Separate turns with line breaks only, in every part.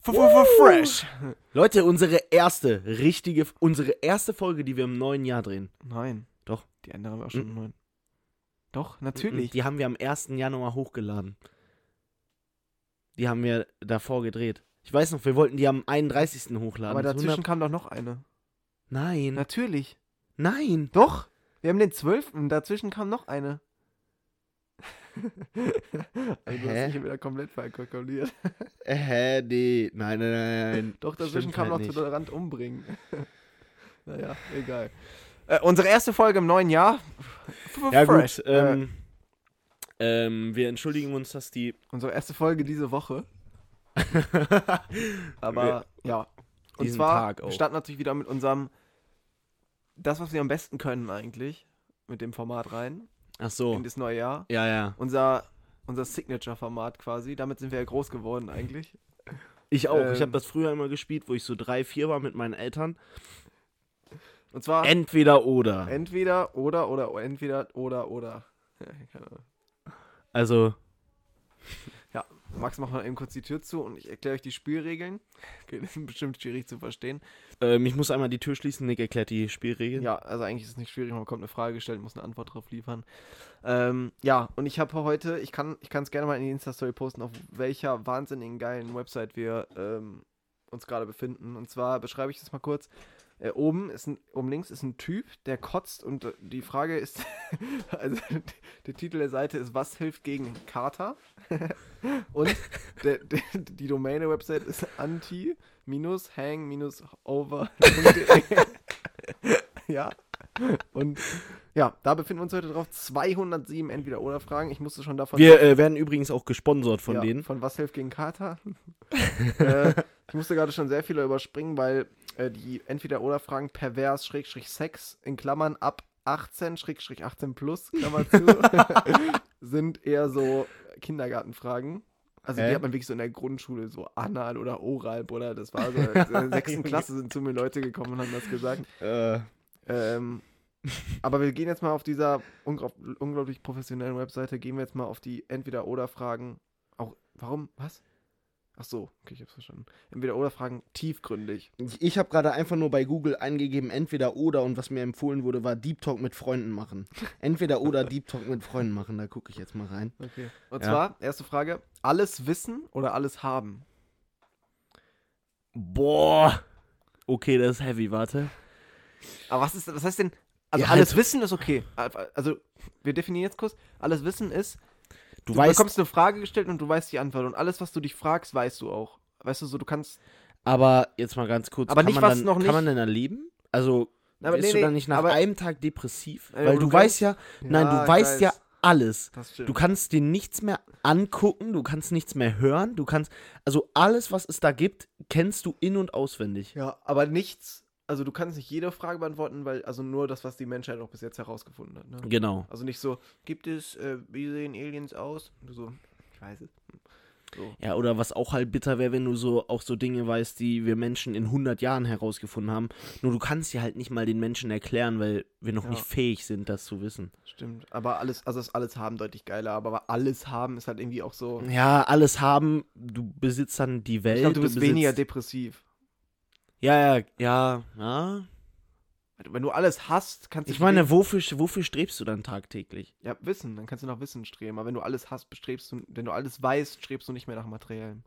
F- f- f- Fresh.
Leute, unsere erste richtige, unsere erste Folge, die wir im neuen Jahr drehen.
Nein.
Doch.
Die andere haben wir auch schon im neuen. Doch, natürlich.
Die haben wir am 1. Januar hochgeladen. Die haben wir davor gedreht. Ich weiß noch, wir wollten die am 31. hochladen.
Aber
Das
dazwischen
wundert- Mm.
kam doch noch eine.
Nein,
Natürlich.
nein.
Doch. Wir haben den 12. Dazwischen kam noch eine. also, du
Hä?
hast dich hier wieder komplett verkalkuliert.
Hä, nee. Nein, nein, nein.
Doch, dazwischen
Stimmt
kam
halt
noch
nicht.
Tolerant umbringen. naja, egal. Äh, unsere erste Folge im neuen Jahr.
Ja,
Fresh.
gut. Ähm, ähm, wir entschuldigen uns, dass die.
unsere erste Folge diese Woche. Aber ja. Und
Diesen
zwar
Tag auch.
starten wir natürlich wieder mit unserem, das, was wir am besten können eigentlich, mit dem Format rein,
Ach so.
in das neue Jahr.
Ja, ja.
Unser, unser Signature-Format quasi. Damit sind wir ja groß geworden eigentlich.
Ich auch. ich
Ähm.
habe das früher immer gespielt, wo ich so drei, vier war mit meinen Eltern.
Und zwar
Entweder oder.
entweder oder oder oder, entweder oder oder. Keine Ahnung.
Also,
Ja, Max, mach mal eben kurz die Tür zu und ich erkläre euch die Spielregeln. Okay, das ist bestimmt schwierig zu verstehen.
ähm, ich muss einmal die Tür schließen. Nick erklärt die Spielregeln.
Ja, also eigentlich ist es nicht schwierig, man bekommt eine Frage gestellt, muss eine Antwort drauf liefern. Ähm, ja, und ich habe heute, ich kann es gerne mal in die Insta-Story posten, auf welcher wahnsinnigen geilen Website wir ähm, uns gerade befinden. Und zwar beschreibe ich das mal kurz. Äh, oben ist ein, oben links ist ein Typ, der kotzt und äh, die Frage ist, also der Titel der Seite ist, was hilft gegen Kater? und der, der, die Domäne-Website ist anti-hang-over.de. Ja. Und ja, da befinden wir uns heute drauf. 207 Entweder-Oder-Fragen. Ich musste schon davon.
Wir äh, werden übrigens auch gesponsert von
ja,
denen.
Von was hilft gegen Kater? äh, ich musste gerade schon sehr viele überspringen, weil äh, die Entweder-Oder-Fragen pervers, Schrägstrich Sex in Klammern ab 18, Schrägstrich 18 plus, Klammer zu, sind eher so Kindergartenfragen. Also
Hä?
die hat man wirklich so in der Grundschule, so anal oder oral, oder das war so, in der sechsten Klasse sind zu mir Leute gekommen und haben das gesagt.
Äh,
Ähm, aber wir gehen jetzt mal auf dieser ungra- unglaublich professionellen Webseite, gehen wir jetzt mal auf die Entweder-Oder-Fragen. Auch, warum? Was? Ach so, okay, ich hab's verstanden. Entweder-Oder-Fragen tiefgründig.
ich ich habe gerade einfach nur bei Google eingegeben, entweder oder und was mir empfohlen wurde, war Deep Talk mit Freunden machen. Entweder oder Deep Talk mit Freunden machen, da gucke ich jetzt mal rein.
Okay. Und
Ja.
zwar, erste Frage: Alles wissen oder alles haben?
Boah. Okay, das ist heavy, warte.
Aber was ist, was heißt denn? Also,
Ja,
alles
halt-
wissen ist okay. Also, wir definieren jetzt kurz: Alles wissen ist,
Du,
du
weißt,
bekommst eine Frage gestellt und du weißt die Antwort. Und alles, was du dich fragst, weißt du auch. Weißt du, so, du kannst.
aber jetzt mal ganz kurz,
Aber
kann,
nicht,
man
was
dann,
noch
kann
nicht-
man denn erleben? Also,
Aber
bist
nee,
du dann
nee,
nicht nach
aber-
einem Tag depressiv?
Ja, aber
Weil
du
du,
kannst-
weißt ja, nein,
Ja,
du
ich
weißt ja
weiß.
alles.
Das stimmt.
Du kannst dir nichts mehr angucken, du kannst nichts mehr hören, du kannst, also alles, was es da gibt, kennst du in- und auswendig.
Ja, aber nichts, also du kannst nicht jede Frage beantworten, weil, also nur das, was die Menschheit auch bis jetzt herausgefunden hat. Ne?
Genau.
Also nicht so, gibt es, äh, wie sehen Aliens aus? Und du so, ich weiß es. Hm. So.
Ja, oder was auch halt bitter wäre, wenn du so auch so Dinge weißt, die wir Menschen in 100 Jahren herausgefunden haben. Nur du kannst ja halt nicht mal den Menschen erklären, weil wir noch
Ja.
nicht fähig sind, das zu wissen.
Stimmt, aber alles, also das alles haben deutlich geiler, aber alles haben ist halt irgendwie auch so.
Ja, alles haben, du besitzt dann die Welt.
Ich glaube, du bist weniger
besitzt-
depressiv.
Ja, ja, ja, ja.
Wenn du alles hast, kannst du.
Ich
dich
meine,
we-
wofür, wofür strebst du dann tagtäglich?
ja, Wissen, dann kannst du nach Wissen streben. Aber wenn du alles hast, bestrebst du, wenn du alles weißt, strebst du nicht mehr nach Materiellen.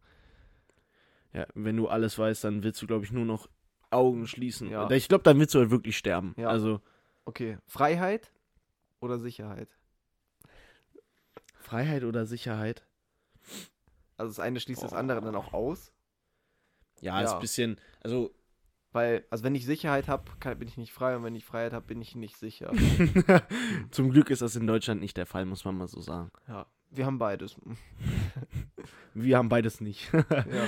Ja, wenn du alles weißt, dann willst du, glaube ich, nur noch Augen schließen.
Ja.
Ich glaube, dann willst du halt wirklich sterben.
Ja.
Also
Okay, Freiheit oder Sicherheit?
Freiheit oder Sicherheit?
Also das eine schließt das
Boah.
andere dann auch aus.
Ja, ist
Ja.
ein bisschen, also
Weil, also wenn ich Sicherheit habe, bin ich nicht frei und wenn ich Freiheit habe, bin ich nicht sicher.
zum Glück ist das in Deutschland nicht der Fall, muss man mal so sagen.
ja. Wir haben beides.
Wir haben beides nicht.
Ja.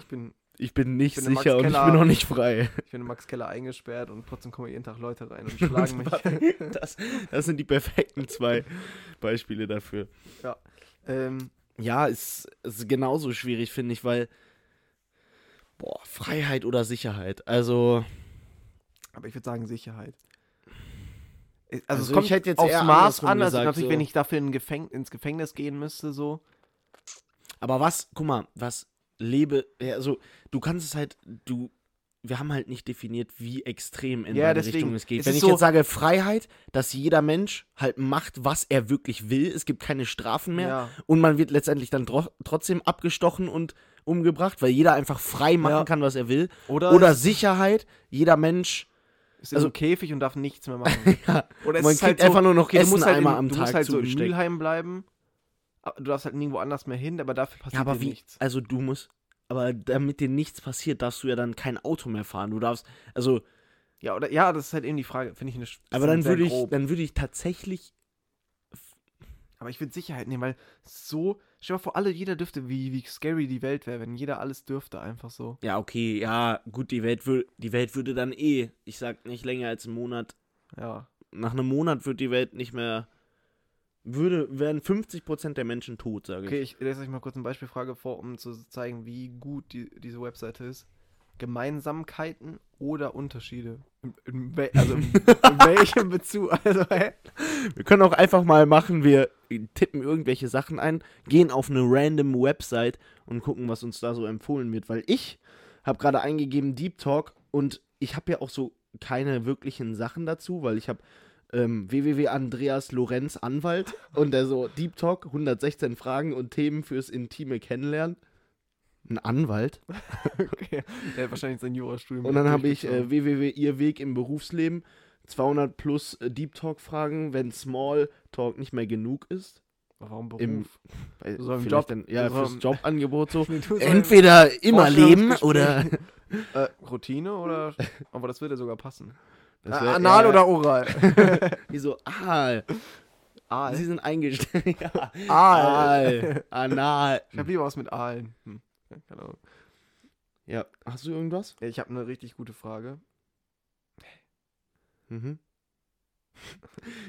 Ich bin,
Ich bin nicht
Ich bin der
sicher
Max
und ich
Keller.
bin noch nicht frei.
ich bin in Max Keller eingesperrt und trotzdem kommen jeden Tag Leute rein und schlagen mich.
Das, das sind die perfekten zwei Beispiele dafür.
Ähm,
Ja, ist, ist genauso schwierig, finde ich, weil. Boah, Freiheit oder Sicherheit. Also,
aber ich würde sagen Sicherheit. Also, es
Also
kommt
ich hätte jetzt
aufs
eher
Maß
andersrum
an. Also
gesagt,
natürlich,
so.
wenn ich dafür in Gefäng ins Gefängnis gehen müsste, so.
aber was, guck mal, was lebe, ja, also du kannst es halt, du, wir haben halt nicht definiert, wie extrem in
Ja,
beide
deswegen.
Richtungen es geht.
Es
Wenn
ist
ich
so-
jetzt sage Freiheit, dass jeder Mensch halt macht, was er wirklich will, es gibt keine Strafen mehr
Ja.
und man wird letztendlich dann tro trotzdem abgestochen und umgebracht, weil jeder einfach frei machen
Ja.
kann, was er will.
Oder,
Oder
es
Sicherheit, jeder Mensch,
ist in
also-
einem Käfig und darf nichts mehr machen.
ja,
Oder es
man
ist
kriegt
halt so,
einfach nur noch
okay, du
Essen
musst halt,
einmal
in,
am
du
Tag
musst halt so in
zugesteckt.
Mülheim bleiben. aber Du darfst halt nirgendwo anders mehr hin, aber dafür passiert
Ja, aber
dir
wie?
nichts.
Also du musst, aber damit dir nichts passiert, darfst du ja dann kein Auto mehr fahren. Du darfst, also,
Ja, oder, ja, das ist halt eben die Frage. Finde ich eine sch-
aber
das
dann
ist sehr
würde ich,
grob.
dann würde ich tatsächlich,
Aber ich würde Sicherheit nehmen, weil so. Stell dir mal vor, alle, jeder dürfte, wie, wie scary die Welt wäre, wenn jeder alles dürfte, einfach so.
ja okay, ja gut, die Welt würde, die Welt würde dann eh, ich sag nicht länger als einen Monat,
Ja.
nach einem Monat wird die Welt nicht mehr, würde, wären 50 der Menschen tot, sage ich.
Okay, ich lese euch mal kurz eine Beispielfrage vor, um zu zeigen, wie gut die, diese Webseite ist. Gemeinsamkeiten oder Unterschiede? In, in, wel- also in, in welchem Bezug? Also, hä?
Wir können auch einfach mal machen, wir tippen irgendwelche Sachen ein, gehen auf eine random Website und gucken, was uns da so empfohlen wird, weil ich habe gerade eingegeben Deep Talk und ich habe ja auch so keine wirklichen Sachen dazu, weil ich habe ähm, www Andreas Lorenz Anwalt und der so Deep Talk 116 Fragen und Themen fürs intime Kennenlernen. Ein Anwalt.
Okay. Der hat wahrscheinlich sein Jurastudium.
Und dann habe ich
durchgezogen.
äh, www Ihr Weg im Berufsleben 200 plus äh, Deep Talk Fragen, wenn Small Talk nicht mehr genug ist.
Warum Beruf?
äh, im- Bei,
So im
vielleicht
Job.
Dann, ja,
So im-
fürs Jobangebot so.
Nee, du sollst-
Entweder immer leben
Vorstellungsgespräch.
oder.
Äh, Routine oder. Aber das würde sogar passen.
Das
Äh,
wär-
Anal
ja,
oder oral?
Wie so, ah,
Aal.
sie sind eingestellt. ja.
Aal.
Aal. Anal.
Ich habe lieber was mit Aalen. Hm. Keine Ahnung.
Ja, hast du irgendwas?
Ja, Ich habe eine richtig gute Frage.
Mhm.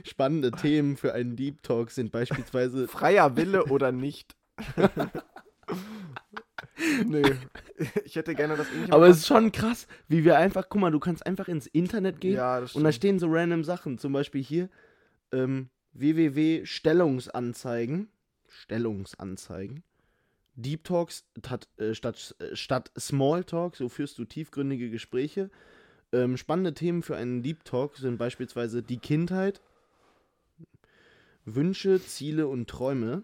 Spannende Themen für einen Deep Talk sind beispielsweise.
Freier Wille oder nicht? Nö. Ich hätte gerne das ähnliche.
Aber es ist schon krass, wie wir einfach, guck mal, du kannst einfach ins Internet gehen
Ja, das
und da
stimmt.
stehen so random Sachen. Zum Beispiel hier ähm, www.stellungsanzeigen. Stellungsanzeigen. Deep Talks tat, äh, statt, äh, statt Small Talk, so führst du tiefgründige Gespräche. Ähm, spannende Themen für einen Deep Talk sind beispielsweise die Kindheit, Wünsche, Ziele und Träume.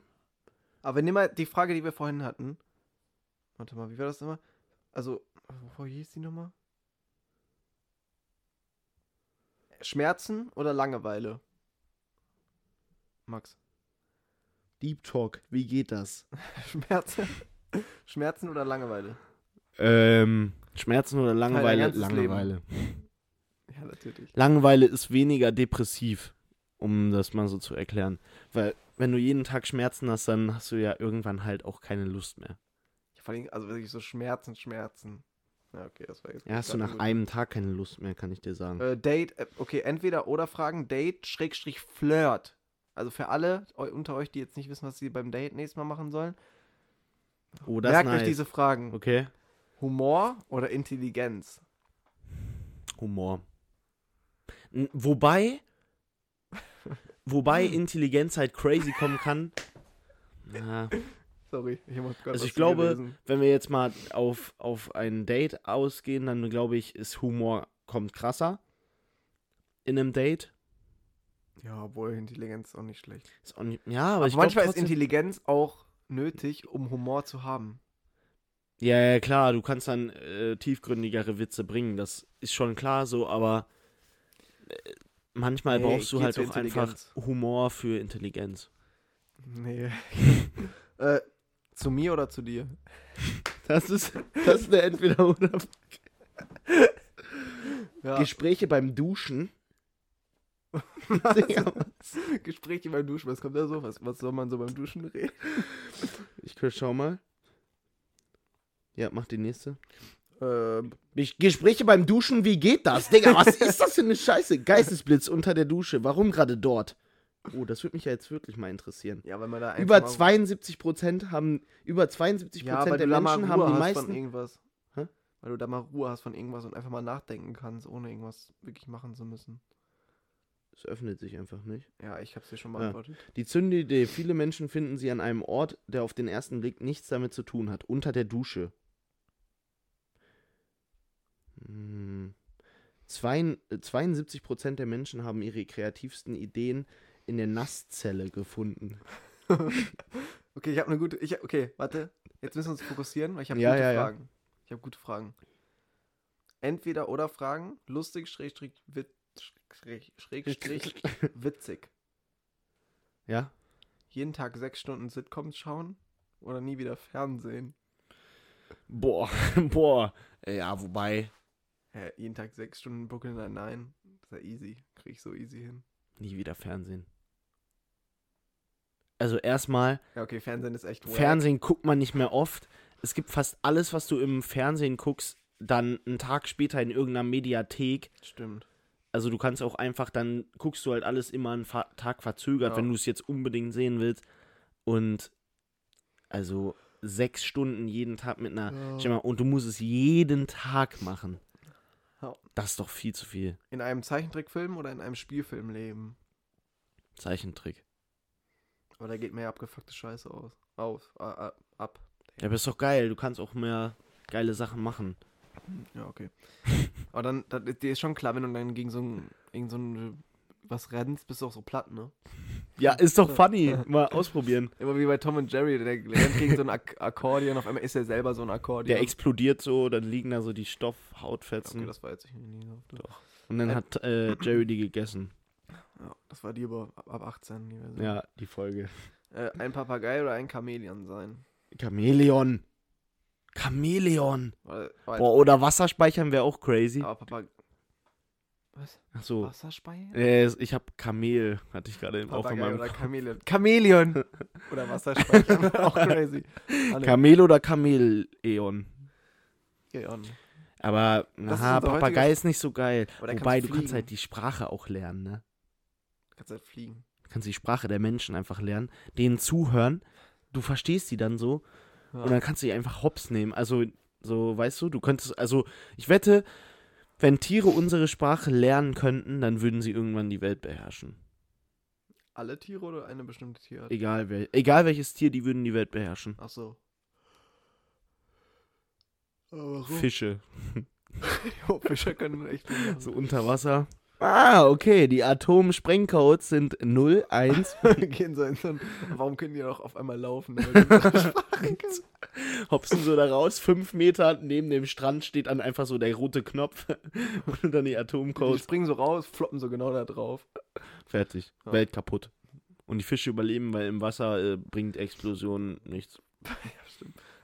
Aber nimm mal die Frage, die wir vorhin hatten. Warte mal, wie war das nochmal? Also, wo hieß die nochmal? Schmerzen oder Langeweile? Max.
Deep Talk, wie geht das?
Schmerzen? Schmerzen oder Langeweile?
Ähm, Schmerzen oder
dein
Langeweile?
ganzes Leben.
Langeweile.
Ja, natürlich.
Langeweile ist weniger depressiv, um das mal so zu erklären. Weil, wenn du jeden Tag Schmerzen hast, dann hast du ja irgendwann halt auch keine Lust mehr.
Vor allem, also wirklich so Schmerzen, Schmerzen. Ja, okay, das war jetzt.
Ja, hast du
grad
nach
so-
einem Tag keine Lust mehr, kann ich dir sagen.
Äh, Date, äh, okay, entweder oder Fragen, Date, Schrägstrich, Flirt. Also für alle eu unter euch, die jetzt nicht wissen, was sie beim Date nächstes Mal machen sollen,
Oh, das
merkt
nice.
euch diese Fragen.
Okay.
Humor oder Intelligenz?
Humor. N wobei. wobei Intelligenz halt crazy kommen kann. Ja,
Sorry, ich muss gerade
Also ich glaube- wenn wir jetzt mal auf, auf ein Date ausgehen, dann glaube ich, ist Humor kommt krasser in einem Date.
Ja, obwohl Intelligenz ist auch nicht schlecht.
Ist auch nicht, ja, aber,
Aber
ich glaub
manchmal ist
trotzdem-
Intelligenz auch nötig, um Humor zu haben.
Ja, ja, klar, du kannst dann äh, tiefgründigere Witze bringen, das ist schon klar so, aber äh, manchmal
Nee, ich
brauchst du
geh
halt
zur
auch einfach
Intelligenz.
Humor für Intelligenz.
Nee. äh, zu mir oder zu dir?
Das ist, das ist eine entweder oder
Ja,
Gespräche beim Duschen.
Gespräche beim Duschen, was kommt da so? Was, was soll man so beim Duschen reden?
ich guck- schau mal. Ja, mach die nächste.
Ähm,
Ges- Gespräche beim Duschen, wie geht das? Digga, was ist das für eine Scheiße? Geistesblitz unter der Dusche. Warum gerade dort? Oh, das würde mich ja jetzt wirklich mal interessieren.
Ja, weil man da einfach
Über
mal-
72 Prozent haben, über 72
ja,
Prozent
weil
der
du da mal
Menschen
Ruhe
haben die
hast Von
meisten.
irgendwas.
Hä?
Weil du da mal Ruhe hast von irgendwas und einfach mal nachdenken kannst, ohne irgendwas wirklich machen zu müssen.
Es öffnet sich einfach nicht.
Ja, ich hab's dir schon
Ja.
beantwortet.
Die Zündidee. Viele Menschen finden sie an einem Ort, der auf den ersten Blick nichts damit zu tun hat. Unter der Dusche. Hm. Zwei, äh, 72% der Menschen haben ihre kreativsten Ideen in der Nasszelle gefunden.
Okay, ich habe eine gute. Ich, okay, warte. Jetzt müssen wir uns fokussieren, weil ich habe
Ja,
gute
ja, ja.
Fragen. Ich habe gute Fragen. Entweder oder Fragen, lustig, schräg, schräg, wit, schräg, schräg, schräg, witzig.
ja?
Jeden Tag sechs Stunden Sitcoms schauen oder nie wieder Fernsehen.
Boah, boah. Ja, wobei.
Hä, jeden Tag sechs Stunden Brooklyn Nine-Nine. Das ist ja easy. Krieg ich so easy hin.
Nie wieder Fernsehen. Also erstmal,
Ja, okay, Fernsehen ist echt wack.
Fernsehen guckt man nicht mehr oft. Es gibt fast alles, was du im Fernsehen guckst, dann einen Tag später in irgendeiner Mediathek.
Stimmt.
Also du kannst auch einfach, dann guckst du halt alles immer einen Fa- Tag verzögert,
Ja.
wenn du es jetzt unbedingt sehen willst. Und also sechs Stunden jeden Tag mit einer... Stell mal, und du musst es jeden Tag machen.
Ja.
Das ist doch viel zu viel.
In einem Zeichentrickfilm oder in einem Spielfilm leben.
Zeichentrick.
Aber da geht mir ja abgefuckte Scheiße aus. Auf, äh, äh, ab.
Ja, aber ist doch geil. Du kannst auch mehr geile Sachen machen.
Ja, okay. Aber dann, das, dir ist schon klar, wenn du dann gegen so ein, gegen so ein was rennst, bist du auch so platt, ne?
Ja, ist doch funny. Mal ausprobieren.
Immer wie bei Tom und Jerry, der rennt gegen so ein Ak Akkordeon, auf einmal ist er selber so ein Akkordeon.
Der explodiert so, dann liegen da so die Stoffhautfetzen.
Okay, das war jetzt ich nie so.
Doch. und dann hat äh, Jerry die gegessen.
Ja, das war die über ab, ab 18. Die Version.
Ja, die Folge.
Äh, ein Papagei oder ein Chamäleon sein.
Chamäleon. Chamäleon.
Weil, weil,
Boah, oder Wasserspeichern wäre auch crazy.
Aber Papagei. Was?
Ach so.
Wasserspeier?
Äh, ich hab Kamel, hatte ich gerade eben Oh. auch in
Papagei
meinem
oder Chamäleon. Chamäleon! oder Wasserspeier. auch crazy. Ah, nee.
Kamel oder Chamäleon.
Chamäleon.
Aber,
Das ist
aha,
unser
Papagei
heutiger-
ist nicht so geil.
Aber da kannst
Wobei,
du
du kannst
fliegen.
halt die Sprache auch lernen, ne?
Kannst halt fliegen.
Du kannst die Sprache der Menschen einfach lernen, denen zuhören, du verstehst die dann so
Ja.
und dann kannst du die einfach hops nehmen. Also, so, weißt du, du könntest, also, ich wette, wenn Tiere unsere Sprache lernen könnten, dann würden sie irgendwann die Welt beherrschen.
Alle Tiere oder eine bestimmte Tierart?
Egal, wel, egal welches Tier, die würden die Welt beherrschen.
Ach so. Aber
Fische.
Fische können echt viel machen.
So unter Wasser. Ah, okay, die Atomsprengcodes sind 0, 1.
Gehen so in so ein, warum können die doch auf einmal laufen? Weil die so Sprache können.
hopsen so da raus, 5 Meter neben dem Strand steht dann einfach so der rote Knopf und dann die
die
Atomcodes.
springen so raus, floppen so genau da drauf.
Fertig.
Ja.
Welt kaputt. Und die Fische überleben, weil im Wasser äh, bringt Explosionen nichts.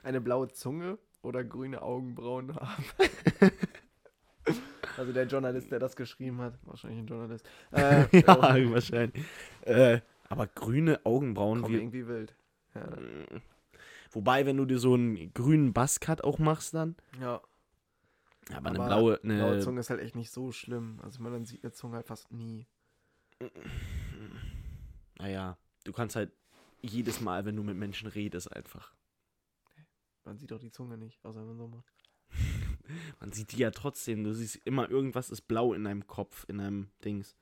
Eine blaue Zunge oder grüne Augenbrauen haben. also der Journalist, der das geschrieben hat, wahrscheinlich ein Journalist. Äh,
ja,
äh,
wahrscheinlich. Äh, aber grüne Augenbrauen.
komm,
Wie, Mm.
irgendwie wild. Ja.
wobei, wenn du dir so einen grünen Buzzcut auch machst, dann.
ja.
Ja, aber, eine
Aber
blaue. Eine,
Blaue Zunge ist halt echt nicht so schlimm. Also man dann sieht eine Zunge halt fast nie.
Naja, du kannst halt jedes Mal, wenn du mit Menschen redest, einfach.
Man sieht auch die Zunge nicht, außer wenn man so macht.
Man sieht die ja trotzdem. Du siehst immer, irgendwas ist blau in deinem Kopf, in deinem Dings.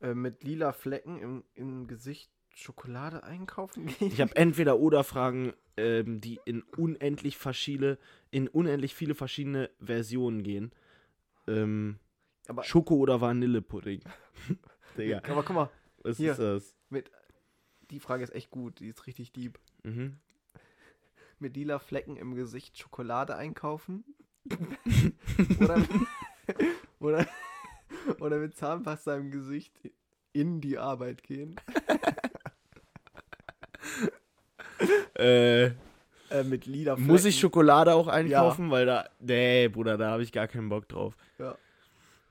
Äh, mit lila Flecken im, im Gesicht Schokolade einkaufen gehen.
Ich habe entweder oder Fragen, ähm, die in unendlich verschiedene, in unendlich viele verschiedene Versionen gehen. Ähm,
aber,
Schoko oder Vanillepudding. Digga,
aber guck mal,
was
Hier.
ist das?
die Frage ist echt gut. Die ist richtig deep.
Mhm.
Mit lila Flecken im Gesicht Schokolade einkaufen. oder, oder, oder mit Zahnpasta im Gesicht in die Arbeit gehen.
Äh,
Äh, mit lila Flecken.
muss ich Schokolade auch einkaufen, weil da. Nee, Bruder, da habe ich gar keinen Bock drauf.
Ja.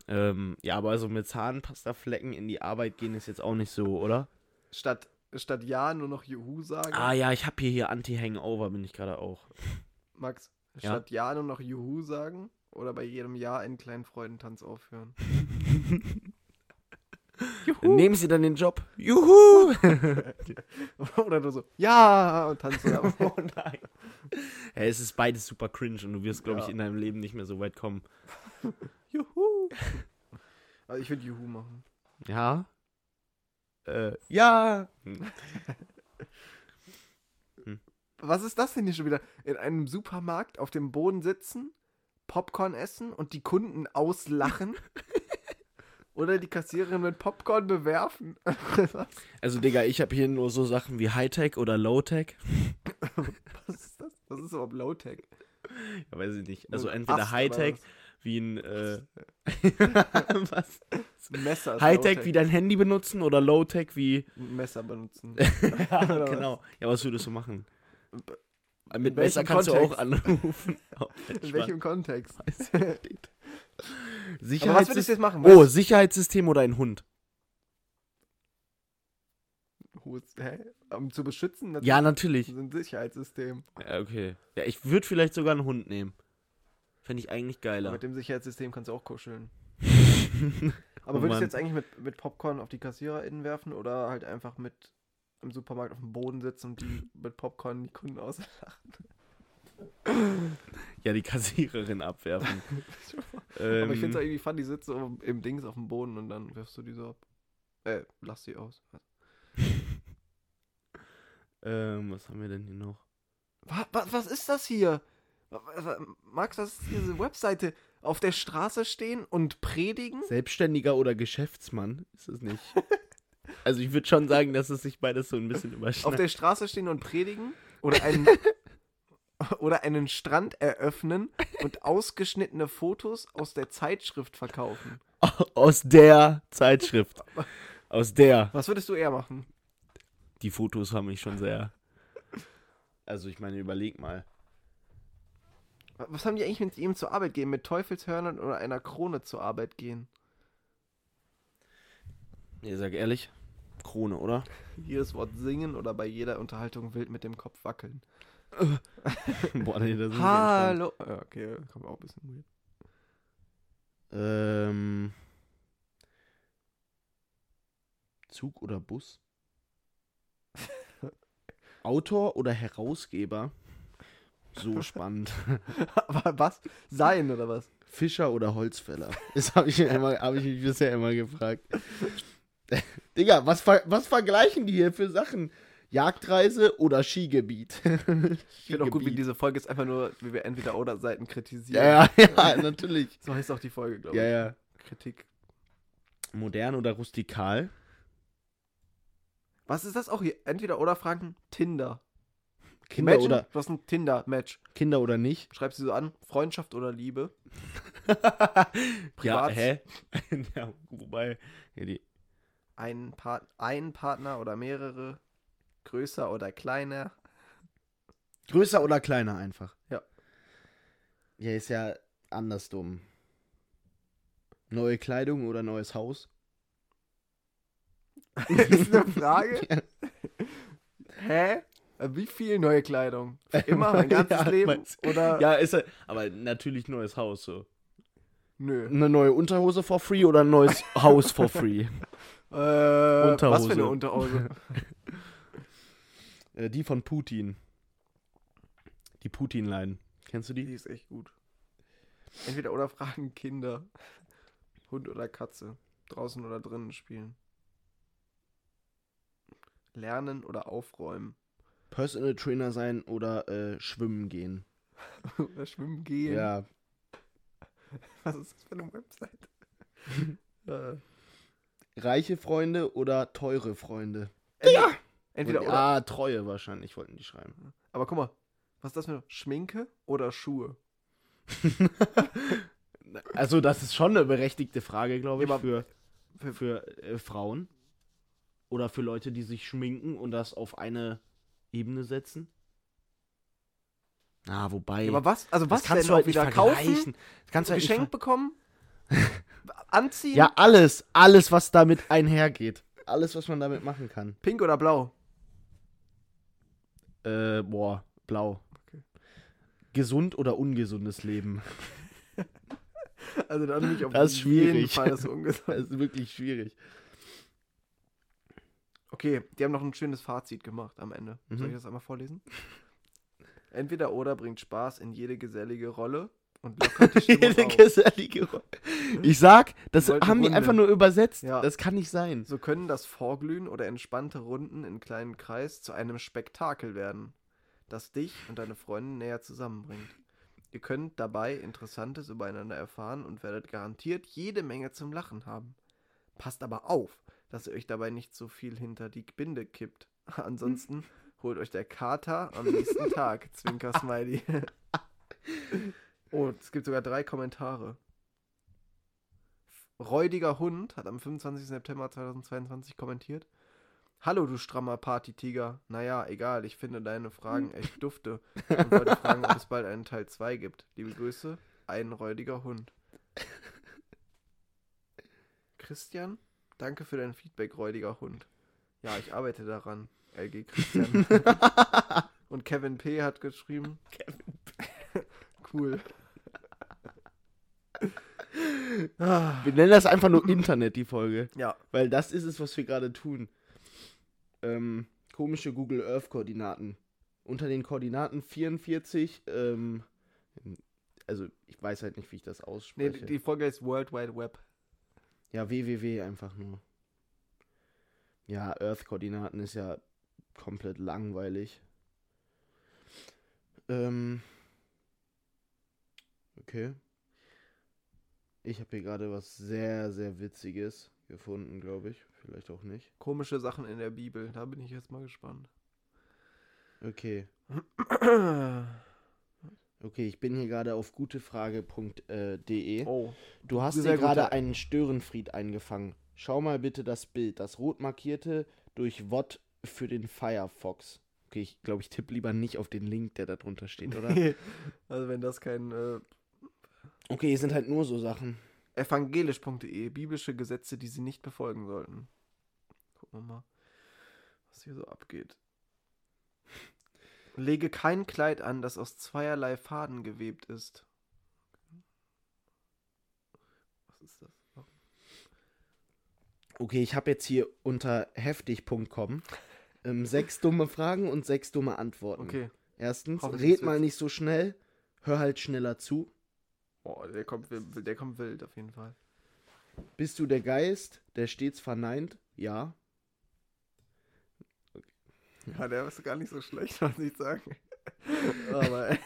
Ähm, ja, aber so mit Zahnpastaflecken in die Arbeit gehen ist jetzt auch nicht so, oder?
Statt, statt Ja nur noch Juhu sagen.
Ah ja, ich habe hier, hier Anti-Hangover, bin ich gerade auch.
Max,
Ja?
statt Ja nur noch Juhu sagen oder bei jedem Ja einen kleinen Freudentanz aufhören.
Dann nehmen Sie dann den Job. Juhu!
oder nur so, ja, und tanzt so dabei.
oh nein. Hey, es ist beides super cringe und du wirst, glaube ich,
Ja.
in deinem Leben nicht mehr so weit kommen.
Juhu. Also ich würde Juhu machen.
Ja. Äh, ja.
Was ist das denn hier schon wieder? In einem Supermarkt auf dem Boden sitzen, Popcorn essen und die Kunden auslachen? Oder die Kassiererin mit Popcorn bewerfen? Was
Also, Digga, ich habe hier nur so Sachen wie Hightech oder Lowtech.
ist das? Was ist überhaupt Low-Tech?
Ja, weiß ich nicht.
Also
Also
entweder
entweder Hightech
Hightech
wie ein was?
Das Messer ist
Hightech wie
Low-Tech.
dein Handy benutzen oder Lowtech wie
Ein Messer benutzen.
ja,
Oder was?
genau. Ja, was würdest du machen? Mit
in
Messer
welchem
kannst du auch
Kontext?
anrufen. Oh,
In
Spaß.
welchem Kontext? Aber was würdest du
Sicherheitssystem.
jetzt machen?
Oh, Sicherheitssystem oder ein Hund?
Was- Hä? Um zu beschützen? Das
Ja, natürlich.
ist ein Sicherheitssystem.
Ja, okay. Ja, ich würde vielleicht sogar einen Hund nehmen. Fände ich eigentlich geiler.
Mit dem Sicherheitssystem kannst du auch kuscheln.
Oh
Aber würdest
Mann.
du jetzt eigentlich mit, mit Popcorn auf die KassiererInnen werfen oder halt einfach mit im Supermarkt auf dem Boden sitzen und die mit Popcorn die Kunden aus?
ja, die Kassiererin abwerfen. ähm,
Aber ich finde es irgendwie funny, die sitzt so im Dings auf dem Boden und dann wirfst du die so ab. Äh, lass sie aus.
ähm, was haben wir denn hier noch?
Was, was, was ist das hier? Wa- wa- wa- Max, was ist diese Webseite? Auf der Straße stehen und predigen?
Selbstständiger oder Geschäftsmann ist es nicht. also ich würde schon sagen, dass es sich beides so ein bisschen
Auf
überschneidet.
der Straße stehen und predigen? Oder einen, oder einen Strand eröffnen und ausgeschnittene Fotos aus der Zeitschrift verkaufen?
Aus der Zeitschrift. Aus der.
Was würdest du eher machen?
Die Fotos haben mich schon sehr. Also ich meine, überleg mal.
Wa- Was haben die eigentlich mit ihm zur Arbeit gehen? Mit Teufelshörnern oder einer Krone zur Arbeit gehen?
Nee, sag ehrlich. Krone, oder?
Jedes Wort singen oder bei jeder Unterhaltung wild mit dem Kopf wackeln.
Boah, nee, das ist
Hallo. Ja, okay, kommt auch ein bisschen weird.
Ähm. Zug oder Bus? Autor oder Herausgeber? So spannend.
Aber was? Sein oder was?
Fischer oder Holzfäller? Das habe ich, mir immer- hab ich mich bisher immer gefragt. Digga, was, ver was vergleichen die hier für Sachen? Jagdreise oder Skigebiet?
Ich finde auch gut, wie diese Folge ist einfach nur, wie wir entweder oder Seiten kritisieren.
Ja, ja, ja, natürlich.
So heißt auch die Folge, glaube
Ja,
ich.
ja.
Kritik.
Modern oder rustikal?
Was ist das auch hier? Entweder oder Franken? Tinder.
Kinder
Imagine,
oder
du hast ein Tinder-Match.
Kinder oder nicht?
Schreibst du so an, Freundschaft oder Liebe?
Ja,
Privat.
hä? ja, wobei, ja, die,
Ein, Part ein Partner oder mehrere? Größer oder kleiner?
größer oder kleiner einfach.
Ja.
Ja, ist ja anders dumm. Neue Kleidung oder neues Haus?
ist eine Frage. Hä? Äh, Wie viel neue Kleidung? Für immer, mein ganzes
Ja,
Leben?
weiß-
Oder?
Ja, ist ja, aber natürlich neues Haus so.
Nö.
Eine neue Unterhose for free oder ein neues Haus for free?
Äh, was für
Unterhose.
eine Unterhose?
Äh, die von Putin. Die Putin-Line. Kennst du
Die
die?
ist echt gut. Entweder oder fragen Kinder. Hund oder Katze. Draußen oder drinnen spielen. Lernen oder aufräumen.
Personal Trainer sein oder äh, schwimmen gehen.
oder schwimmen gehen.
Ja.
Was ist das für eine Website? äh,
Reiche Freunde oder teure Freunde?
entweder, entweder
Und-
oder.
Ah, Treue wahrscheinlich, wollten die schreiben.
Aber guck mal, was ist das für eine Schminke oder Schuhe?
Also, das ist schon eine berechtigte Frage, glaube ich,
Ja, aber-
für,
für-
für äh, Frauen. Oder für Leute, die sich schminken und das auf eine Ebene setzen. Ah, wobei.
Ja, aber was? Also was
das kannst
denn
du halt
auch
nicht
wieder kaufen?
vergleichen. Das kannst du halt nicht
Geschenkt bekommen? anziehen?
ver- Ja, alles. Alles, was damit einhergeht. Alles, was man damit machen kann.
Pink oder blau?
Äh, boah, blau.
Okay.
Gesund oder ungesundes Leben?
Also dann bin ich auf
Das ist
jeden
schwierig. Also
Fall das ist ungesund.
Das ist wirklich schwierig.
Okay, die haben noch ein schönes Fazit gemacht am Ende.
Mhm.
Soll ich das einmal vorlesen? Entweder oder bringt Spaß in jede gesellige Rolle und lockert die Stimmung auf.
Gesellige- ich sag, das
Wollte
haben die
Runde.
einfach nur übersetzt.
Ja.
Das kann nicht sein.
So können das Vorglühen oder entspannte Runden in kleinen Kreis zu einem Spektakel werden, das dich und deine Freunde näher zusammenbringt. Ihr könnt dabei Interessantes übereinander erfahren und werdet garantiert jede Menge zum Lachen haben. Passt aber auf, dass ihr euch dabei nicht so viel hinter die Binde kippt. Ansonsten holt euch der Kater am nächsten Tag. Zwinker Smiley. oh, es gibt sogar drei Kommentare. Räudiger Hund hat am 25. September 2022 kommentiert. Hallo, du strammer Partytiger. Naja, egal, ich finde deine Fragen echt dufte und wollte fragen, ob es bald einen Teil 2 gibt. Liebe Grüße, ein räudiger Hund. Christian, danke für dein Feedback, räudiger Hund. Ja, ich arbeite daran, LG Christian. Und Kevin P. hat geschrieben. Kevin P. cool. Ah,
Wir nennen das einfach nur Internet, die Folge.
ja,
Weil das ist es, was wir gerade tun. Ähm, komische Google Earth-Koordinaten. Unter den Koordinaten 44, ähm, also ich weiß halt nicht, wie ich das
nee,
ausspreche.
die die Folge ist World Wide Web.
ja, www einfach nur. Ja, Earth-Koordinaten ist ja komplett langweilig. Ähm, okay. Ich habe hier gerade was sehr, sehr Witziges gefunden, glaube ich. Vielleicht auch nicht.
Komische Sachen in der Bibel, da bin ich jetzt mal gespannt.
Okay.
Oh,
Okay, ich bin hier gerade auf äh, gutefrage.de.
Oh,
Du hast
sehr
dir gerade
gute-
einen Störenfried eingefangen. Schau mal bitte das Bild. Das rot markierte durch Wort für den Firefox. Okay, ich glaube, ich tippe lieber nicht auf den Link, der da drunter steht, oder?
also wenn das kein äh,
okay, hier sind halt nur so Sachen.
evangelisch.de, biblische Gesetze, die sie nicht befolgen sollten. Gucken wir mal, was hier so abgeht. Lege kein Kleid an, das aus zweierlei Faden gewebt ist. Was ist das?
Okay, ich habe jetzt hier unter heftig.com ähm, sechs dumme Fragen und sechs dumme Antworten.
Okay.
Erstens,
Hoffentlich
red
ist
mal
jetzt-
nicht so schnell, hör halt schneller zu.
Boah, der kommt, wild- der kommt wild auf jeden Fall.
Bist du der Geist, der stets verneint? Ja.
Ja, der ist gar nicht so schlecht, muss ich sagen. Aber ey,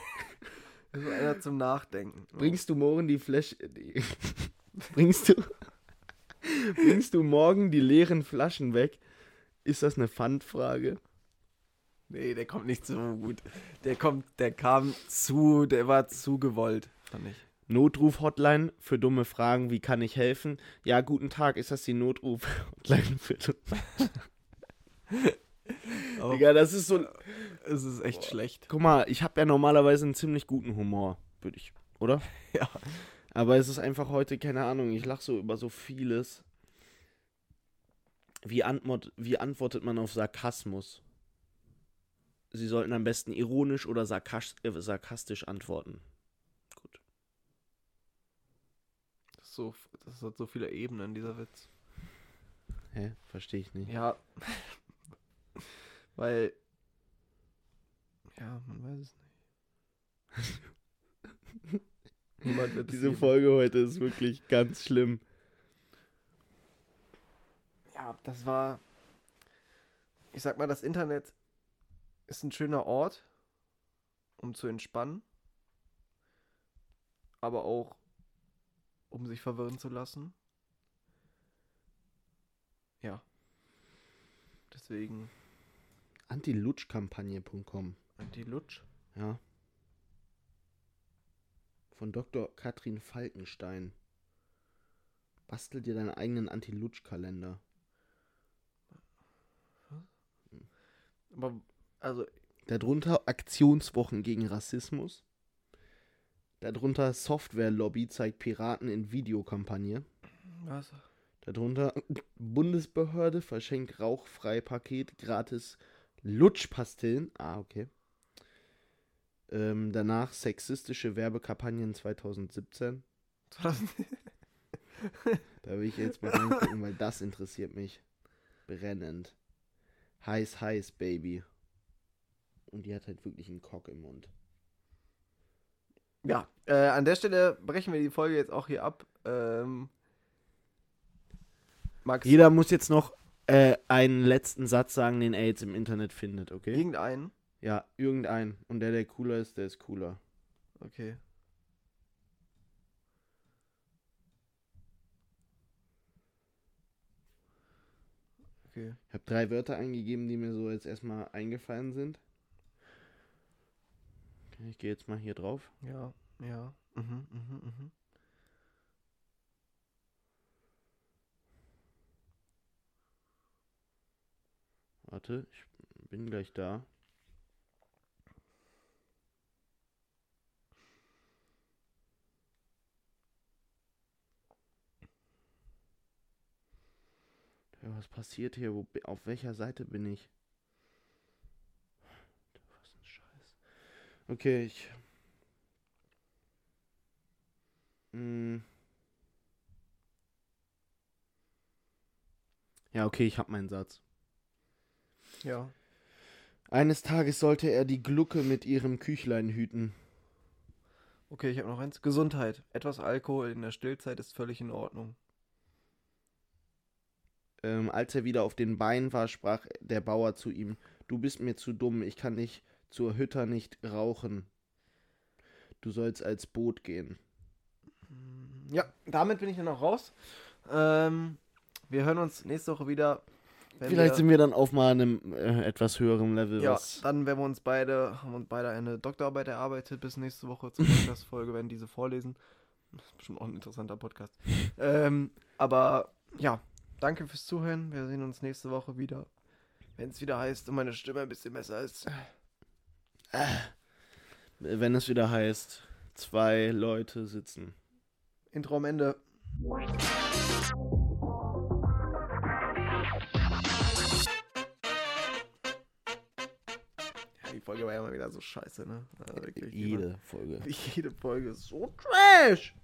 das ist Also einer zum Nachdenken.
Bringst du morgen die Fläsch... Die bringst du... bringst du morgen die leeren Flaschen weg? Ist das eine Pfandfrage?
Nee, der kommt nicht so gut. Der kommt, der kam zu, der war zu gewollt, fand ich.
Notruf-Hotline für dumme Fragen, wie kann ich helfen? Ja, guten Tag, ist das die Notruf-Hotline für dumme
Aber
Digga, das ist so...
es ist echt schlecht.
Guck mal, ich habe ja normalerweise einen ziemlich guten Humor, würde ich, oder?
Ja.
Aber es ist einfach heute, keine Ahnung, ich lache so über so vieles. Wie, antwort, wie antwortet man auf Sarkasmus? Sie sollten am besten ironisch oder sarkas äh, sarkastisch antworten. Gut.
Das, ist so, das hat so viele Ebenen, dieser Witz.
Hä? Verstehe ich nicht.
Ja. Weil. Ja, man weiß es nicht. Niemand wird es
Diese
sehen.
Folge heute ist wirklich ganz schlimm.
Ja, das war. Ich sag mal, das Internet ist ein schöner Ort, um zu entspannen. Aber auch, um sich verwirren zu lassen. Ja. Deswegen
Antilutschkampagne.com.
Anti-Lutsch.
Ja. Von Dr. Katrin Falkenstein. Bastel dir deinen eigenen Anti-Lutsch-Kalender.
Aber, also,
Darunter Aktionswochen gegen Rassismus. Darunter Software-Lobby zeigt Piraten in Videokampagne.
was?
Darunter Bundesbehörde verschenkt Rauchfreipaket gratis Lutschpastillen. Ah, okay. Ähm, danach sexistische Werbekampagnen 2017.
2000
Da will ich jetzt mal reingucken, weil das interessiert mich. Brennend. Heiß, heiß, Baby. Und die hat halt wirklich einen Cock im Mund.
Ja, äh, an der Stelle brechen wir die Folge jetzt auch hier ab. Ähm, Max,
Jeder muss jetzt noch äh, einen letzten Satz sagen, den er jetzt im Internet findet, okay?
irgendeinen.
Ja, irgendeinen. Und der, der cooler ist, der ist cooler.
Okay. Okay.
Ich habe drei Wörter eingegeben, die mir so jetzt erstmal eingefallen sind. Okay, Ich gehe jetzt mal hier drauf.
Ja, ja. Mhm, mhm, mhm.
Warte, ich bin gleich da. Ja, Was passiert hier? Wo, bi- auf welcher Seite bin ich? Was ein Scheiß. Okay, ich. Mm. Ja, okay, ich hab meinen Satz.
Ja.
Eines Tages sollte er die Glucke mit ihrem Küchlein hüten.
Okay, ich habe noch eins. Gesundheit. Etwas Alkohol in der Stillzeit ist völlig in Ordnung.
Ähm, als er wieder auf den Beinen war, sprach der Bauer zu ihm: Du bist mir zu dumm, ich kann nicht zur Hütter nicht rauchen. Du sollst als Boot gehen.
Mhm. Ja, damit bin ich dann auch raus. Ähm, wir hören uns nächste Woche wieder. wenn
Vielleicht
wir-
sind wir dann auf mal einem äh, etwas höherem Level.
Ja,
was
dann werden wir uns beide, haben uns beide eine Doktorarbeit erarbeitet. Bis nächste Woche zur Podcast-Folge werden diese vorlesen. Das ist bestimmt auch ein interessanter Podcast. ähm, aber ja, danke fürs Zuhören. Wir sehen uns nächste Woche wieder. Wenn es wieder heißt und meine Stimme ein bisschen besser ist.
wenn es wieder heißt, zwei Leute sitzen.
Intro am Ende. Ja, die Folge war ja mal wieder so scheiße, ne? Also wirklich, die war-
Jede Folge.
Jede Folge ist so trash!